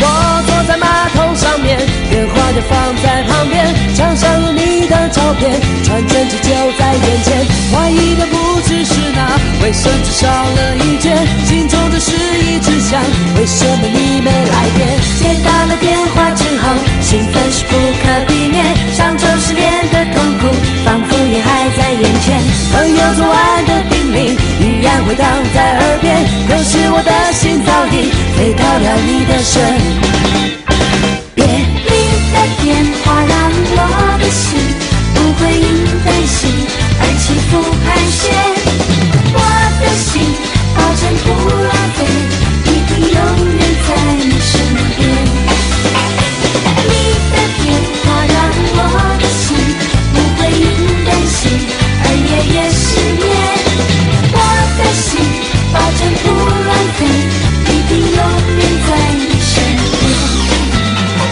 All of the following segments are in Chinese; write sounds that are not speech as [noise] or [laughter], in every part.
我坐在马桶上面，电话就放在旁边，墙上有你的照片，传真机就在眼前。怀疑的不只是那卫生纸少了一卷，心中的事一直想，为什么你没来电？接到了电话之后，兴奋是不可避免，上周失恋的痛苦仿佛也还在眼前，朋友昨晚的叮咛依然回荡在耳边，可是我的心早已飞到了你的身。别你的电话让我的心不会因担心而起伏盘旋，我的心保证不浪费，一定永远在你身边。你的电话让我的心不会因担心而夜夜失眠，我的心保证不浪费，一定永远在你身边。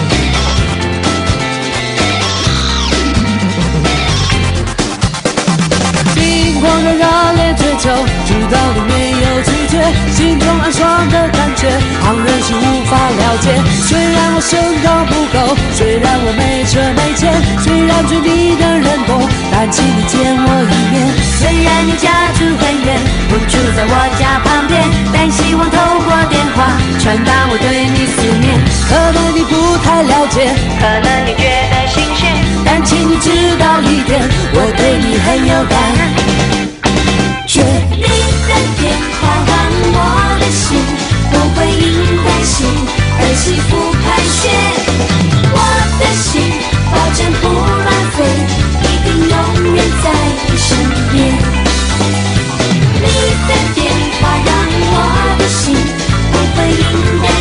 心狂热热烈追求，直到你没有拒绝，心中暗爽的感觉，旁人是无法了解。虽然我身高不够，虽然我没车没钱，虽然追你的人多，但请你见我一面。虽然你家住很远，不住在我家旁边，但希望透过电话传达我对你思念。可能你不太了解，可能你觉得新鲜，但请你知道一点，我对你很有感。觉。你的电话让我的心不会因担心而起伏盘旋，我的心保证不浪费，一定永远在你身边。你的电话让我的心不会因担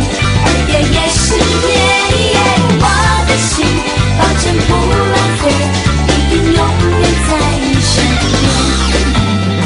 而夜夜失眠，我的心保证不浪费，一定永远在你身边。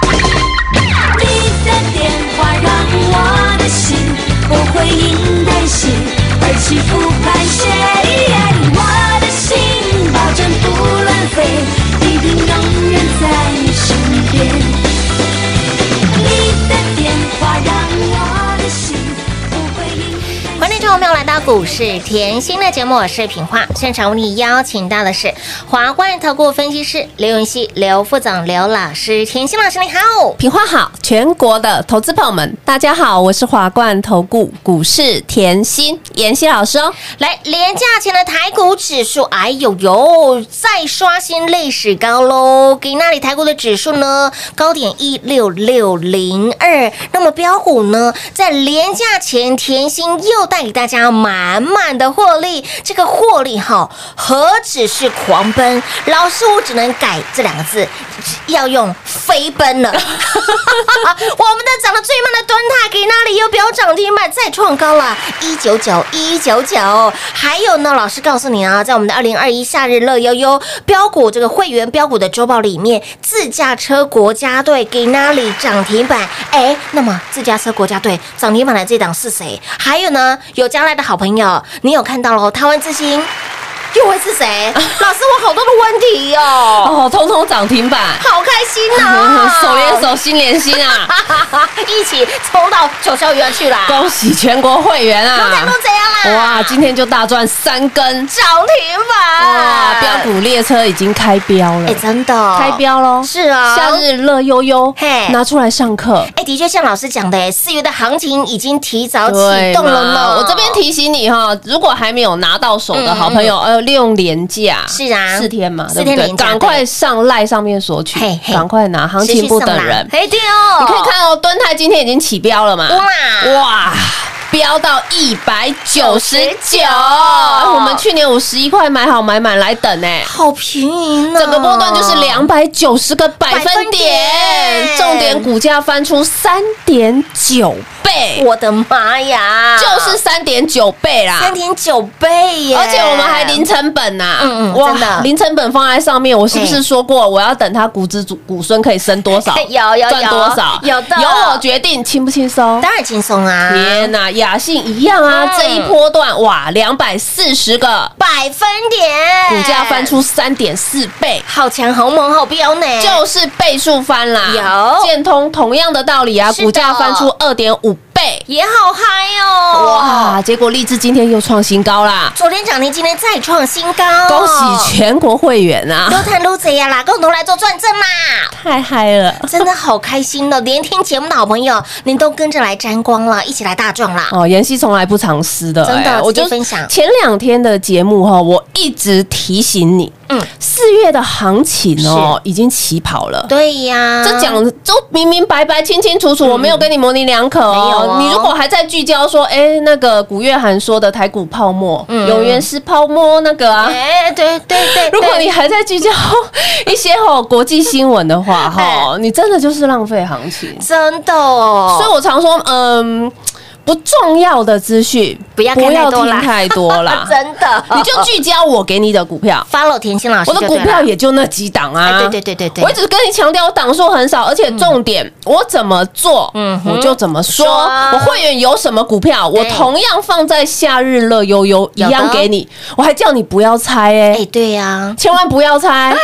你的电话让我的心不会因担心而起伏盘旋，我的心保证不浪费，一定永远在你身边。你的电话让我的心不会因担欢迎听众朋友来到股市甜心的节目，我是品化。现场为你邀请到的是华冠投顾分析师刘云熙、刘副总、刘老师。甜心老师你好，品花好，全国的投资朋友们，大家好，我是华冠投顾股市甜心妍希老师哦。来廉价前的台股指数，哎呦呦，再刷新历史高喽！给那里台股的指数呢，高点一六六零二。那么标股呢，在廉价前，甜心又带给大家满满的获利。这个获利哈，何止是狂奔？老师，我只能改这两个字，要用飞奔了。我 [laughs] 们的涨得最慢的端泰给那里又标涨停板，再创高了，一九九一九九。还有呢，老师告诉你啊，在我们的二零二一夏日乐悠悠标股这个会员标股的周报里面，自驾车国家队给那里涨停板，哎，那么自驾车国家队涨停板的这档是谁？还有呢，有将来的好朋友，你有看到喽？台湾之星。又会是谁？老师，我好多的问题哦，哦，通通涨停 [laughs] 板，好开心啊 [laughs] 手连呐！手，心连心啊！ [laughs] 一起冲到九霄园去啦！恭喜全国会员都在 [laughs] 都啊！这样啦！哇，今天就大赚三根，涨停板！哇，标股列车已经开标了哎，，真的开标喽！是啊，夏日乐悠悠嘿，拿出来上课。哎，的确像老师讲的，哎，四月的行情已经提早启对动了嘛呢。我这边提醒你哈，如果还没有拿到手的好朋友，呃，利用廉价是啊四天嘛，四对天不对？连假赶快上赖上面索取嘿，嘿赶快拿，行情不等人。哎对哦，你可以看哦，敦泰今天已经起标了嘛？哇哇，飙到一百九十九99，我们去年五十一块买好买满来等呢、好便宜呢，整个波段就是两百九十个百嗯百分分点点，重点股价翻出三点九倍，我的妈呀，就是三点九倍啦，三点九倍耶！而且我们还零成本呐、嗯嗯哇真的，零成本放在上面，我是不是说过我要等它股子祖股孙可以生多少哎有有赚有多少，有的由我嗯决定轻不轻松。当然轻松啊，天呐，雅信一样啊，嗯这一波段哇，两百四十个百分点，股价翻，出三点四倍。好强好猛好彪呢！就是倍数翻啦，哎有建通同样的道理啊，是的股价翻出二点五倍，也好嗨哦！哇！，结果励志今天又创新高啦，昨天涨停，今天再创新高，恭喜！全国会员啊，哦都谈都这样啦，共同来做转正 [laughs] 啦！太嗨了！真的好开心哦！连听节目的好朋友，您都跟着来沾光了，一起来大壮啦！哦，妍希从来不藏私的，真的哎我直接就分享前两天的节目哈，我一直提醒你，嗯，四月的行情哦已经起跑了。对啊呀，这讲都明明白白、清清楚楚，我没有跟你模棱两可没有哦哦。你如果还在聚焦说，哎，那个古月涵说的台股泡沫，嗯永远是泡沫那个啊。哎，对对对，对 [laughs] 如果你还在聚焦一些吼国际新闻的话， [laughs] 哎吼，你真的就是浪费行情。真的哦，所以我常说，嗯，不重要的资讯不要看太多不啦听太多啦， [laughs] 真的，啊哦你就聚焦我给你的股票， follow 甜心老师我就的对了，股票也就那几档哎，啊。对对对对对，我一直跟你强调，我档数很少，而且重点，我怎么做，嗯哼我就怎么说。说啊我会员有什么股票，我对同样放在夏日乐悠悠一有的样给你，我还叫你不要猜哎、哎，对呀，千万不 [laughs] 要猜，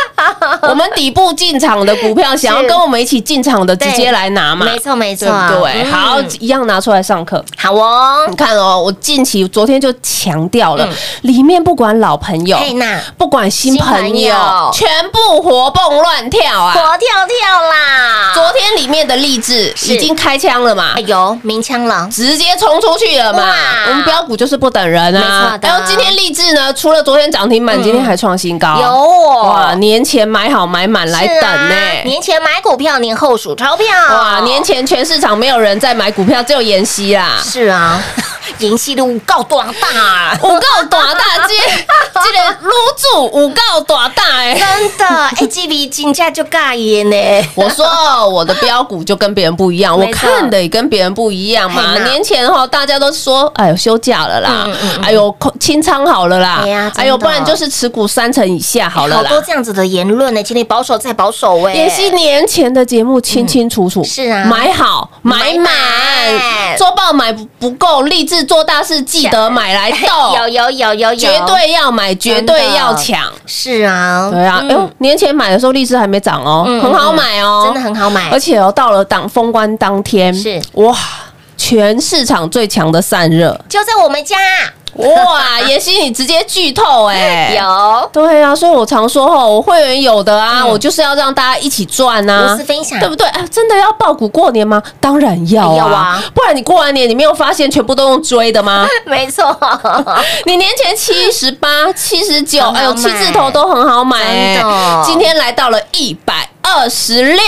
我们底部进场的股票，想要跟我们一起进场的，直对接来拿嘛，没错没错对，不对？嗯好，一样拿出来上课。好哦你，看哦，我近期昨天就强调了嗯，里面不管老朋友嘿娜，不管新朋新友朋友，全部活蹦乱跳啊！活跳跳啦，昨天里面的励志是已经开枪了嘛哎。呦鸣枪了，直接冲出去了嘛哇！我们标股就是不等人没啊错。的嗯然后今天励志呢，除了昨天涨停板，今天还创新高。有哦哇，年前买好买满来等呢、是啊年前买股票，年后数钞票，哇，年前全市场没有人在买股票，只有妍希啦。是 [laughs] 啊，银系路告多大？五告大大街，这个撸住五告大大哎、真的，哎，GB 金价就尬耶呢，我说哦我的标股就跟别人不一样，我没错看的也跟别人不一样嘛嘿。嗯呐年前哈，大家都说，哎呦休假了啦，哎呦空清仓好了啦哎呀真，的哎呦不然就是持股三成以下好了好啦多。这样子的言论呢，请你保守再保守哎，也是年前的节目清清楚楚，是啊买好买买满满，周报买不不够，立志做大事，记得买来斗，有有有有有，绝对要买，绝对要抢。是啊，对啊，哎呦，年前买的时候荔枝还没涨哦，嗯很好买哦，真的很好买而，且哦，到了当封关当天，是哇，全市场最强的散热，就在我们家哇，妍希你直接剧透哎、 [laughs] 有对啊，所以我常说吼，我会员有嗯的啊，我就是要让大家一起赚啊，无私分享对不对？哎，真的要爆股过年吗？当然要啊，要啊不然你过完年你没有发现全部都用追的吗？ [laughs] 没错， [laughs] 你年前七十八、七十九，很好哎呦，买七字头都很好买、真的哎今天来到了一百二十六，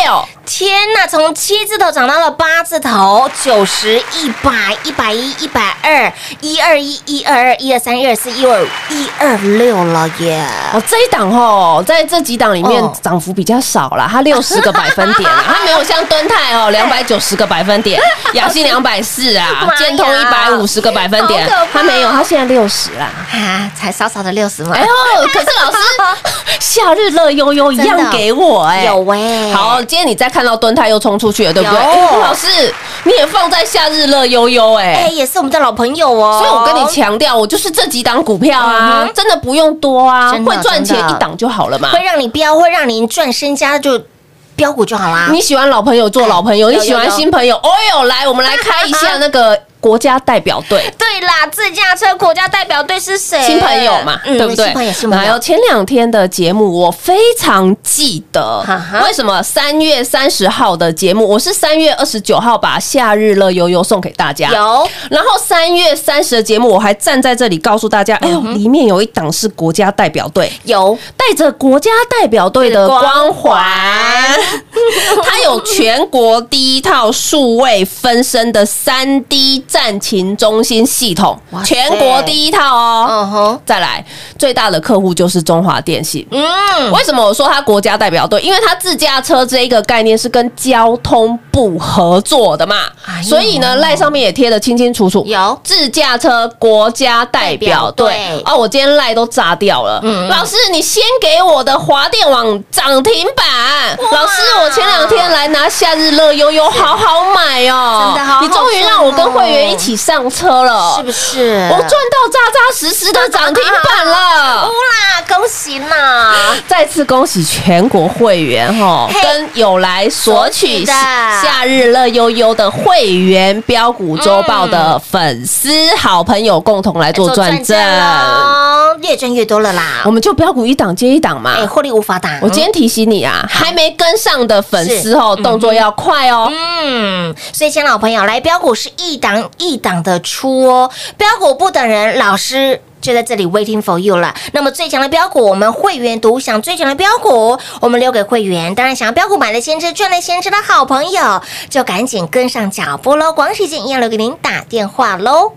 天哪，从七字头涨到了八字头，九十、一百、一百一、一百二、一二一、一二二、一二三、一二四、一二五、一二六了耶！哦，这一档哦，在这几档里面哦涨幅比较少啦，它六十个百分点 [laughs] 啦，它没有像敦泰 [laughs] 哦两百九十个百分点，雅信两百四 [laughs] 啊妈呀，建通一百五十个百分点好可怕，它没有，它现在六十啦。啊，才少少的六十嘛哎，呦， [laughs] 可是老师，夏日乐悠悠一真样的给我哎、有喂、好，今天你在看看到蹲它又冲出去了，对不对？哦有哎吴老师，你也放在夏日乐悠悠哎、哎。也是我们的老朋友哦。所以，我跟你强调，我就是这几档股票啊，真的不用多啊，嗯真的会赚钱真的一档就好了嘛。会让你飙，会让你赚身家就标股就好啦。你喜欢老朋友做老朋友，哎你有喜欢有有新朋友，哦呦，来，我们来开一 [laughs] 下那个国家代表队。对啦，自驾车国家代表队是谁？新朋友嘛，嗯对不对？新朋友，新朋还有友。前两天的节目，我非常记得哈哈。为什么三月三十号的节目，我是三月二十九号把夏日乐悠悠送给大家。有然后三月三十的节目，我还站在这里告诉大家，哎呦，里面有一档是国家代表队，有，带着国家代表队的光环，它有全国第一套数位分身的三 D 战情中心系统哇，塞全国第一套哦。嗯哼，再来，最大的客户就是中华电信。嗯， [laughs] 为什么我说它国家代表队？因为它自驾车这一个概念是跟交通部合作的嘛，哎呦所以呢，赖上面也贴得清清楚楚。有自驾车国家代表队代表队哦，我今天赖都炸掉了。嗯老师，你先给我的华电网涨停板。老师，我前两天来拿夏日乐悠悠，好好买哦。真的好好你终于让我跟会员赚哦一起上车了，是不是？我赚到扎扎实实的涨停板 [laughs] 了哦！啦，恭喜啦！ [laughs] 再次恭喜全国会员哈嘿，跟有来索取索取的夏日乐悠悠的会员标股周报的嗯粉丝好朋友共同来做转正，喽，越赚越多了啦我。们就标股一档接一档嘛。哎，获利无法挡。我今天提醒你啊，还没跟上的粉丝哦，动作要快哦。嗯，所以，亲爱的老朋友，来标股是一档一档的出哦，标股不等人，老师。就在这里 waiting for you 了。那么最强的标股，我们会员独享；最强的标股，我们留给会员。当然，想要标股买了先知、赚了先知的好朋友，就赶紧跟上脚步喽！广喜间一样留给您打电话喽。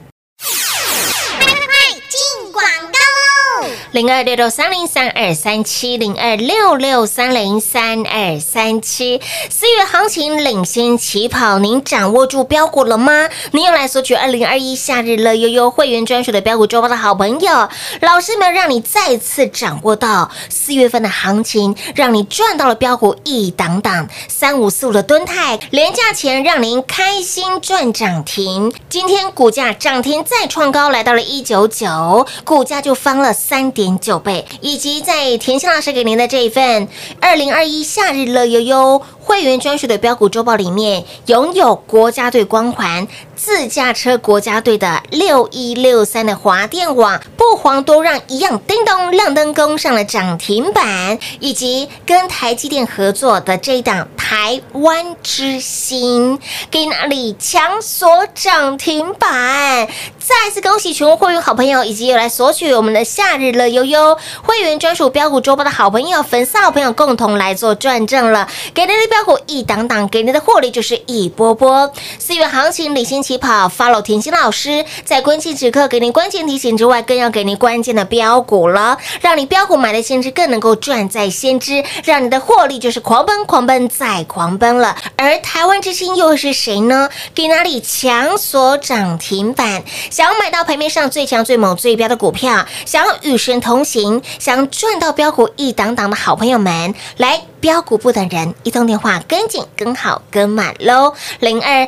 零二六六三零三二三七零二六六三零三二三七。四月行情领先起跑，您掌握住标股了吗？您又来索取二零二一夏日乐悠悠会员专属的标股周报的好朋友，老师们让你再次掌握到四月份的行情，让你赚到了标股一档档三五四五的蹲态，廉价前让您开心赚涨停。今天股价涨停再创高，来到了一九九，股价就翻了三点九倍，以及在田心老师给您的这一份二零二一夏日乐悠悠会员专属的标股周报里面，拥有国家队光环、自驾车国家队的六一六三的华电网，不遑多让，一样叮咚亮灯攻上了涨停板，以及跟台积电合作的这一档台湾之星，给哪里强锁涨停板？再次恭喜全国会员好朋友，以及有来索取我们的夏日乐悠悠会员专属标股周报的好朋友、粉丝好朋友，共同来做转正了。给您的标股一档档，给您的获利就是一波波。四月行情领先起跑，follow 甜心老师，在关键时刻给您关键提醒之外，更要给您关键的标股了，让你标股买的先知更能够赚在先知，让你的获利就是狂奔、狂奔再狂奔了。而台湾之星又是谁呢？给哪里强锁涨停板？想要买到盘面上最强、最猛、最标的股票，想要与神同行，想赚到标股一档档的好朋友们，来标股不等人，一通电话跟紧、跟好、跟满喽，零二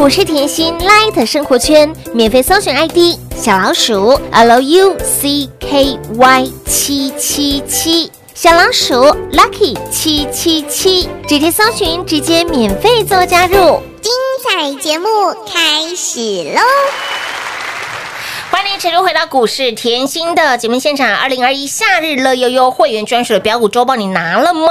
我是甜心 Light 生活圈免费搜寻 ID 小老鼠 L U C K Y 七七七，小老鼠 Lucky 七七七，直接搜寻，直接免费做加入。精彩节目开始喽！欢迎陈入回到股市甜心的节目现场。二零二一夏日乐悠悠会员专属的标股周报，你拿了吗？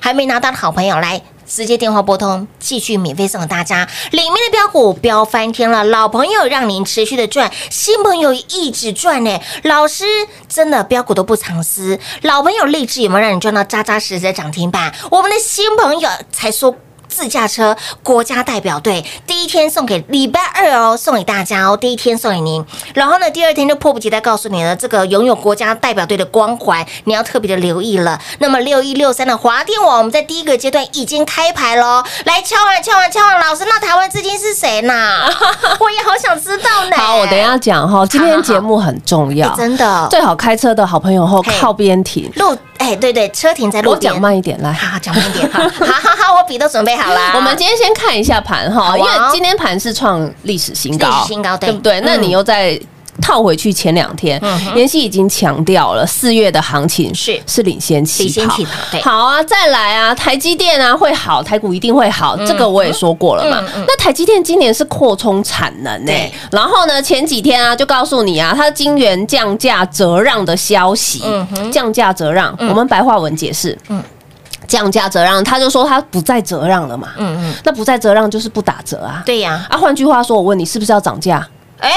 还没拿到的好朋友来。直接电话拨通，继续免费送给大家。里面的标股飙翻天了，老朋友让您持续的赚，新朋友一直赚呢。老师真的标股都不藏私，老朋友励志有没有让你赚到扎扎实实的涨停板？我们的新朋友才说自驾车国家代表队第一天送给礼拜二哦，送给大家哦，第一天送给您。然后呢，第二天就迫不及待告诉你了，这个拥有国家代表队的光环，你要特别的留意了。那么六一六三的华电网，我们在第一个阶段已经开牌喽，来敲啊敲啊敲啊！老师，那台湾资金是谁呢？ [laughs] 我也好想知道呢。好，我等一下讲哈，今天节目很重要哎，真的最好开车的好朋友后嘿靠边停，路，哎，对对，车停在路我边。讲慢一点来。好，好讲慢一点，好，好好好，我笔都准备好啦。我们今天先看一下盘哈，因为好啊今天盘是创历史新高，历史新高对嗯对不对？那你又在。套回去前两天，妍希已经强调了四月的行情是是领先起领先跑起跑对好啊，再来啊，台积电啊会好，台股一定会好，嗯这个我也说过了嘛。那台积电今年是扩充产能呢、对然后呢前几天啊就告诉你啊，它晶圆降价折让的消息，嗯降价折让，我们白话文解释，降价折让，他就说他不再折让了嘛。嗯嗯，那不再折让就是不打折啊。对呀，啊，换句话说，我问你是不是要涨价？哎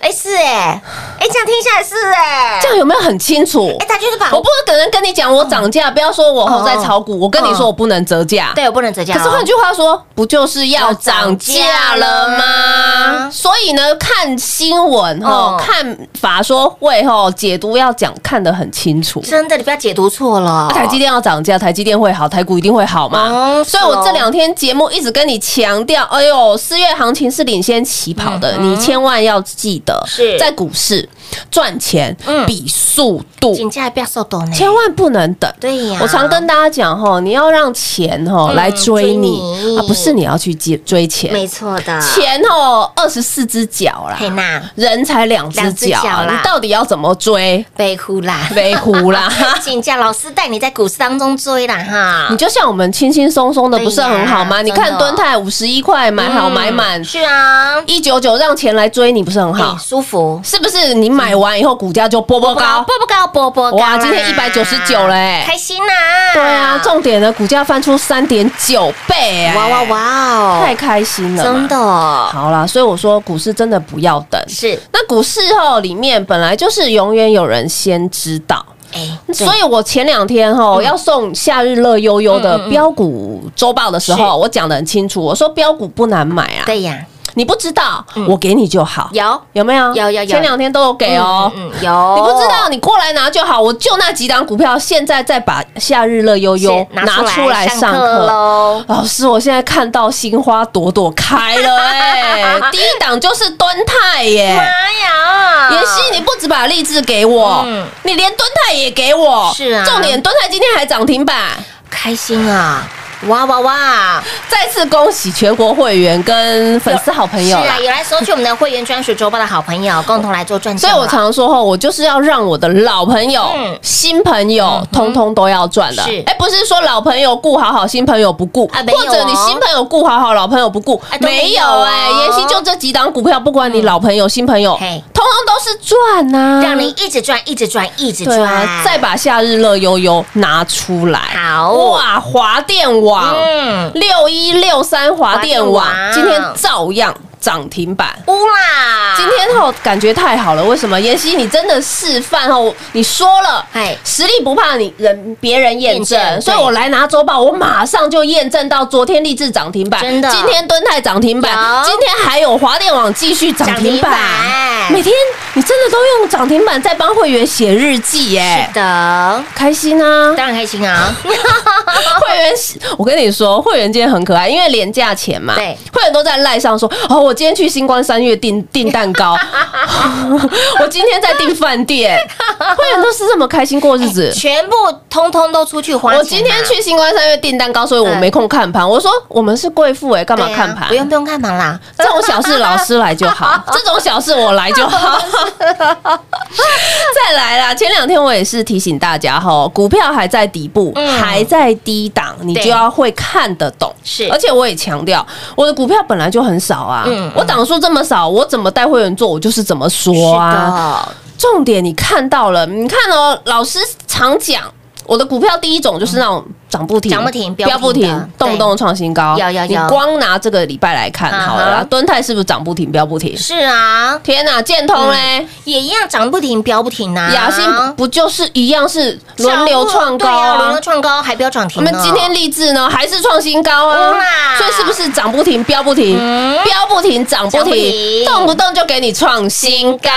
哎是哎哎，这样听下来是哎，这样有没有很清楚？哎，他就是把我不可能跟你讲我涨价，不要说我后在哦炒股，我跟你说我不能折价。。对，我不能折价哦。可是换句话说，不就是要涨价了吗？所以呢，看新闻哦嗯，看法说会哦，解读要讲看得很清楚。真的，你不要解读错了。台积电要涨价，台积电会好，台股一定会好嘛？哦所以我这两天节目一直跟你强调，哎呦，四月行情是领先起跑的，你千万要记嗯得，是嗯在股市赚钱、比速度。金价不要受多呢，千万不能等，对呀嗯我常跟大家讲吼，你要让钱吼来追追你你啊，不是你要去追追钱，没错的。钱吼二十四只脚啦，佩娜人才两只两只脚脚啊，啦你到底要怎么追？被哭啦，飞 [laughs] 虎啦，金价老师带你在股市当中追啦哈，你就像我们轻轻松松的，对呀不是很好吗？真你的看敦泰五十一块买好买满嗯是啊，一九九，让钱来追你，不是很好哎，？舒服，是不是？你买完以后股价就波波高？波波高，波波高啦，哇今天199了哎开心啦，对啊，重点呢，股价翻出三点九倍，哎哇哇，哇太哦，开心了，真的。哦好啦，所以我说股市真的不要等。是那股市哦，里面本来就是永远有人先知道，哎，所以我前两天嗯哈、要送夏日乐悠悠的标股周报的时候，我讲的很清楚，我说标股不难买啊，对嗯呀，你不知道，我给你就好，有有没有？有有有前两天都有给哦。嗯嗯有，你不知道，你过来拿就好。我就那几档股票，现在再把夏日乐悠悠是拿出来上课。喽，老师，我现在看到心花朵朵开了 [laughs] 哎、第一档就是敦泰耶、妈呀，妍希，你不只把励志给我，嗯你连敦泰也给我。是啊重点敦泰今天还涨停板，开心啊，哇哇哇！再次恭喜全国会员跟粉丝好朋友是啦啊，。有来索取我们的会员专属周报的好朋 [laughs] 友，共同来做赚钱所以了。我常说吼，我就是要让我的老朋友、嗯新朋友，通通都要赚的。是哎，不是说老朋友顾好好，新朋友不顾，啊没有或者你哦新朋友顾好好，老朋友不顾哎，都没没有有哦哎。妍希就这几档股票，不管你老朋友、新朋友，嘿通通都是赚呐，让你一直赚，一直赚，一直对赚，啊，再把夏日乐悠悠拿出来。好哇，华电网嗯，六一六三华电网华电网今天照样涨停板。乌啦！今天哦，感觉太好了。为什么？妍希，你真的示范哦，你说了哎，实力不怕你人别人验证，验证所以对我来拿周报，我马上就验证到昨天励志涨停板，真的今天敦泰涨停板有，今天还有华电网继续涨停涨停板板。每天你真的都用涨停板在帮会员写日记耶，的，开心啊！当然开心啊！会员，我跟你说，会员今天很可爱，因为廉价钱嘛，对会员都在赖上说，哦，我我今天去星光三月订订蛋 [laughs] 糕，我今天在订饭店，会员都是这么开心过日子。 [laughs] 全部通通都出去花钱啊。哎我今天去星光三月订蛋糕，所以我没空看盘。我说我们是贵妇哎，干嘛对啊看盘？不用不用看盘啦。这种小事老师来就 [laughs] 好，这种小事我来就好。再来啦，前两天我也是提醒大家哈，股票还在底部，嗯还在低档，你对就要会看得懂。是而且我也强调，我的股票本来就很少啊，嗯我档数这么少，我怎么带会员做，我就是怎么是说啊。的，重点你看到了，你看哦，老师常讲。我的股票第一种就是那种涨不停、涨不停飙不飙不停的停，动不动创新高。有有有你光拿这个礼拜来看好了啊哈啦，敦泰是不是涨不停、飙不 [laughs] 停？是啊，天哪，建通嘞，也一样涨不停，飙不停啊。雅欣不就是一样是轮流创高对啊，轮啊流？创高还飙涨我停呢。们今天励志呢还是创新高啊嗯啊？所以是不是涨不停、飙不停、飙不停、涨嗯不涨不停停，动不动就给你创新高，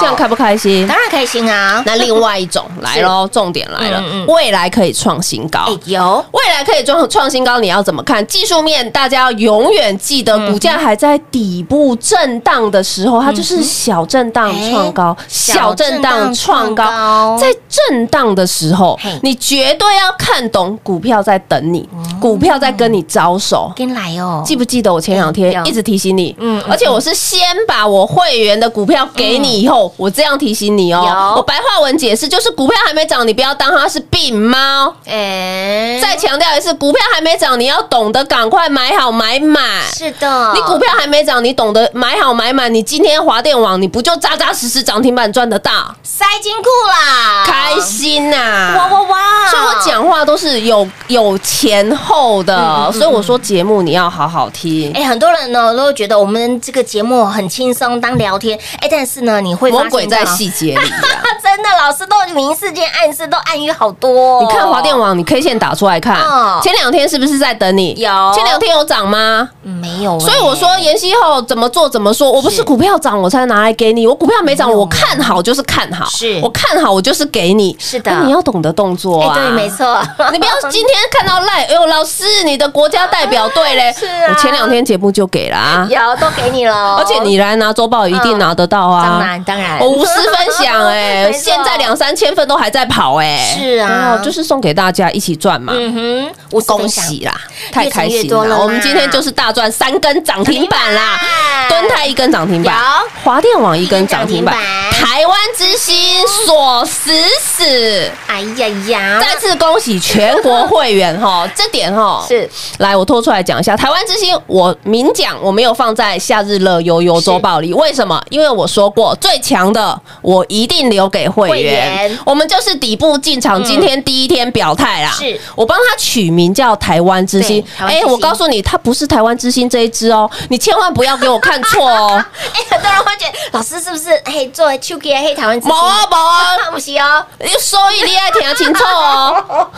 这样开不开心？当然开心啊。 [laughs] 那另外一种来喽，重点来了，嗯嗯未来可以创新高。哎有未来可以创创新高，你要怎么看？技术面，大家要永远记得，股价还在底部震荡的时候，它就是小震荡创高，嗯哎小震荡创小震荡创高高。在震荡的时候嘿，哦你绝对要看懂股票在等你，股票在跟你招手。跟来哦，记不记得我前两嗯天有一直提醒你？嗯嗯嗯，而且我是先把我会员的股票给你，以后我这样提醒你哦嗯有。我白话文解释就是股票还没涨，你不要当它是病猫。哎再强调一次，股票还没涨，你要懂得赶快买好买满。是啊的，你股票还没涨，你懂得买好买满。你今天华电网，你不就扎扎实实涨停板赚得到，塞金库啦，开心呐、啊哇哇哇！所以我讲话都是有有前后嗯的，所以我说节目你要好好听。哎、很多人呢都会觉得我们这个节目很轻松，当聊天。哎、但是呢，你会发魔现鬼在啊到细节里呀、 [laughs] 真的老师都明示间暗示都暗语好多、哦你看华电，网，你 K 线打出来看嗯，前两天是不是在等你？有前两天有涨吗？嗯没有、所以我说，妍希后怎么做怎么说，我不是股票涨我才拿来给你，我股票没涨，我看好就是看好，啊是我看好我就是给你，是的那你要懂得动作哎、啊，对，没。错，你不要今天看到赖，哎呦，老师，你的国家代表队嘞， [laughs] 是啊我前两天节目就给啦，有都给你了，而且你来拿周报一定拿得到嗯当啊，然当然，我无私分享哎、 [laughs] 没错现在两三千份都还在跑哎、是啊哦就是送给大家一起赚嘛，嗯哼，无私恭分享喜啦，太开越整越心多了了！啦我们今天就是大赚三根涨停板涨啦停板，敦泰一根涨停板有，华电网一根涨停板一根涨停，板台湾之星锁死死。哎呀呀，再次恭喜全国会员哈，这点哈是来我拖出来讲一下。台湾之星，我明讲我没有放在夏日乐悠悠周报里，为什么？因为我说过最强的我一定留给会会员，员我们就是底部进场，今天第一天表态啦。嗯是我帮他取名叫台湾之星对。台湾之哎，星我告诉你，它不是台湾之星这一只哦，你千万不要给我看 [laughs] 错哦。哎、很多人会觉得老师是哎不是嘿作为 Q K 黑台湾之某啊某啊， [laughs] 不是哦，收益你爱听清 [laughs] 楚哦。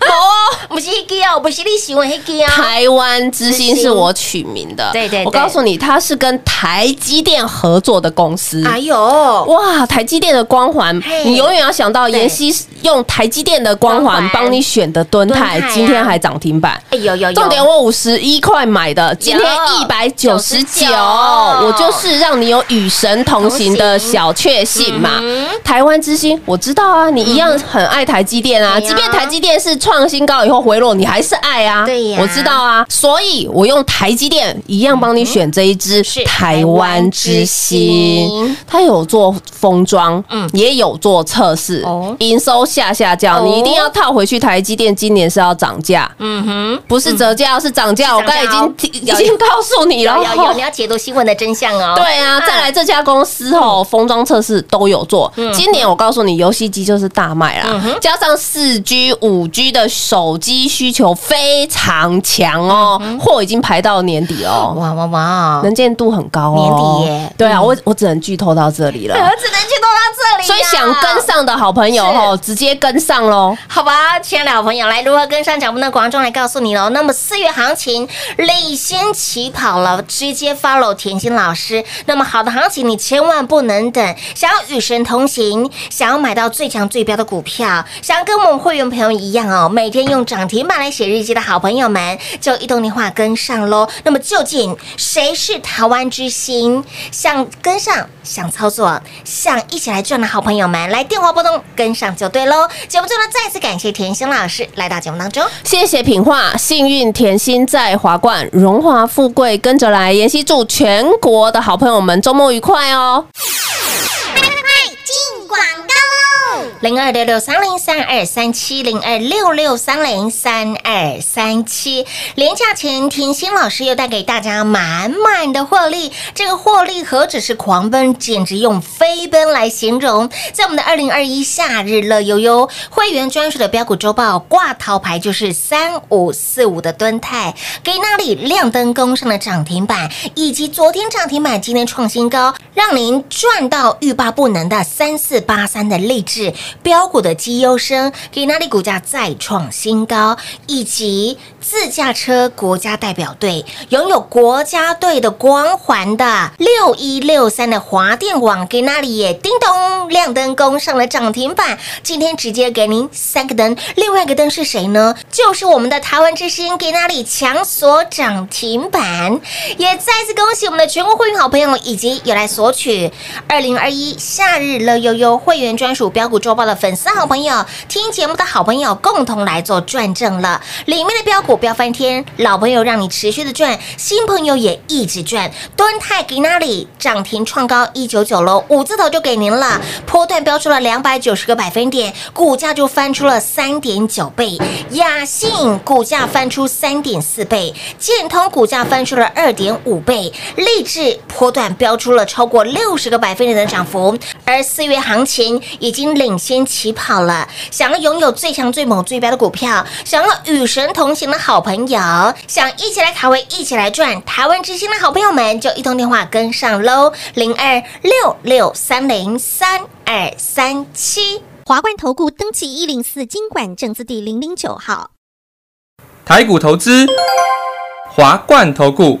某哦。不是迄支哦，不是你喜欢迄支哦。台湾之星是我取名的，对对对我告诉你，它是跟台积电合作的公司。哎呦，哇，台积电的光环嘿，你永远要想到对妍希用台积电的光光环环帮你选的敦泰敦泰啊，今天还涨停板。哎呦呦呦，重点我五十一块买的，今天一百九十九，我就是让你有与神同行的小确幸嘛。台湾之星，我知道啊，你一样很爱台积电啊，对呀即便台积电是创新高以后回落，你还是爱啊。对呀我知道啊，所以我用台积电一样帮你选这一支是台湾之台湾之星嗯星，它有做封装，也有做测试哦，营收下下降，哦你一定要套回去。台积电今年是要涨价，嗯哼，不是折价，是涨价。我是涨刚价才已哦经提已经告诉你了有。有有，你要解读新闻的真相哦。对啊，嗯再来这家公司哦，封装测试都有做。今年我告诉你，游戏机就是大卖啦，加上四 G、五 G 的手机需求非常强哦，货已经排到年底哦。啊哇哇哇，能见度很高哦，年底耶对啊，我我只能剧透到这里了，我只能去弄到这里呀。啊所以想跟上的好朋友哦，直接跟上喽。好吧，亲爱的好朋友，来如何跟上脚步呢？广众来告诉你喽。那么四月行情领先起跑了，直接 follow 甜心老师。那么好的行情你千万不能等，想要与神同行，想要买到最强最标的股票，想要跟我们会员朋友一样哦，每每天用涨停板来写日记的好朋友们，就移动电话跟上喽。那么究竟谁是台湾之星？想跟上、想操作、想一起来赚的好朋友们，来电话拨通跟上就对喽。节目最后呢，再次感谢甜心老师来到节目当中。谢谢品画，幸运甜心在华冠，荣华富贵跟着来。妍希祝全国的好朋友们周末愉快哦！进广告喽！零二六六三零三二三七零二六六三零三二三七。廉价前，甜心老师又带给大家满满的获利，这个获利何止是狂奔，简直用飞奔来形容。在我们的二零二一夏日乐悠悠会员专属的标股周报挂头牌就是三五四五的敦泰，给那里亮灯攻上了涨停板，以及昨天涨停板，今天创新高，让您赚到欲罢不能的三四八三的励志标股的绩优生，给那里股价再创新高，以及自驾车国家代表队拥有国家队的光环的六一六三的华电网，给那里也叮咚亮灯攻上了涨停板，今天直接给您三个灯，另外一个灯是谁呢？就是我们的台湾之星，给那里强锁涨停板，也再次恭喜我们的全国会员好朋友以及有来索取二零二一夏日乐悠悠会员专属标股周报的粉丝好朋友，听节目的好朋友共同来做转正了。里面的标股飙翻天，老朋友让你持续的赚，新朋友也一直赚。敦泰给那里涨停创高一九九喽，五字头就给您了，波段标出了两百九十个百分点，股价就翻出了三点九倍。雅信股价翻出三点四倍，建通股价翻出了二点五倍，励志波段标出了超过六十个百分点的涨幅，而四月行情已经领先起跑了。想要拥有最强、最猛、最标的股票，想要与神同行的好朋友，想一起来卡位、一起来赚台湾之星的好朋友们，就一通电话跟上喽，零二六六三零三二三七。华冠投顾登记一零四经管证字第零零九号。台股投资，华冠投顾。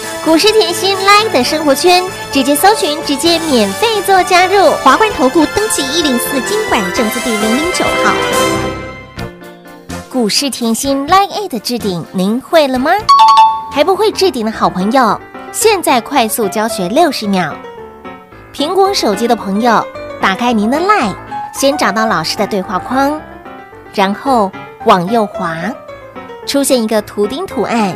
股市甜心 Line 的生活圈，直接搜寻，直接免费做加入。华冠投顾登记一零四经管证字第零零九号。股市甜心 Line A 的置顶，您会了吗？还不会置顶的好朋友，现在快速教学六十秒。苹果手机的朋友，打开您的 Line，先找到老师的对话框，然后往右滑，出现一个图钉图案，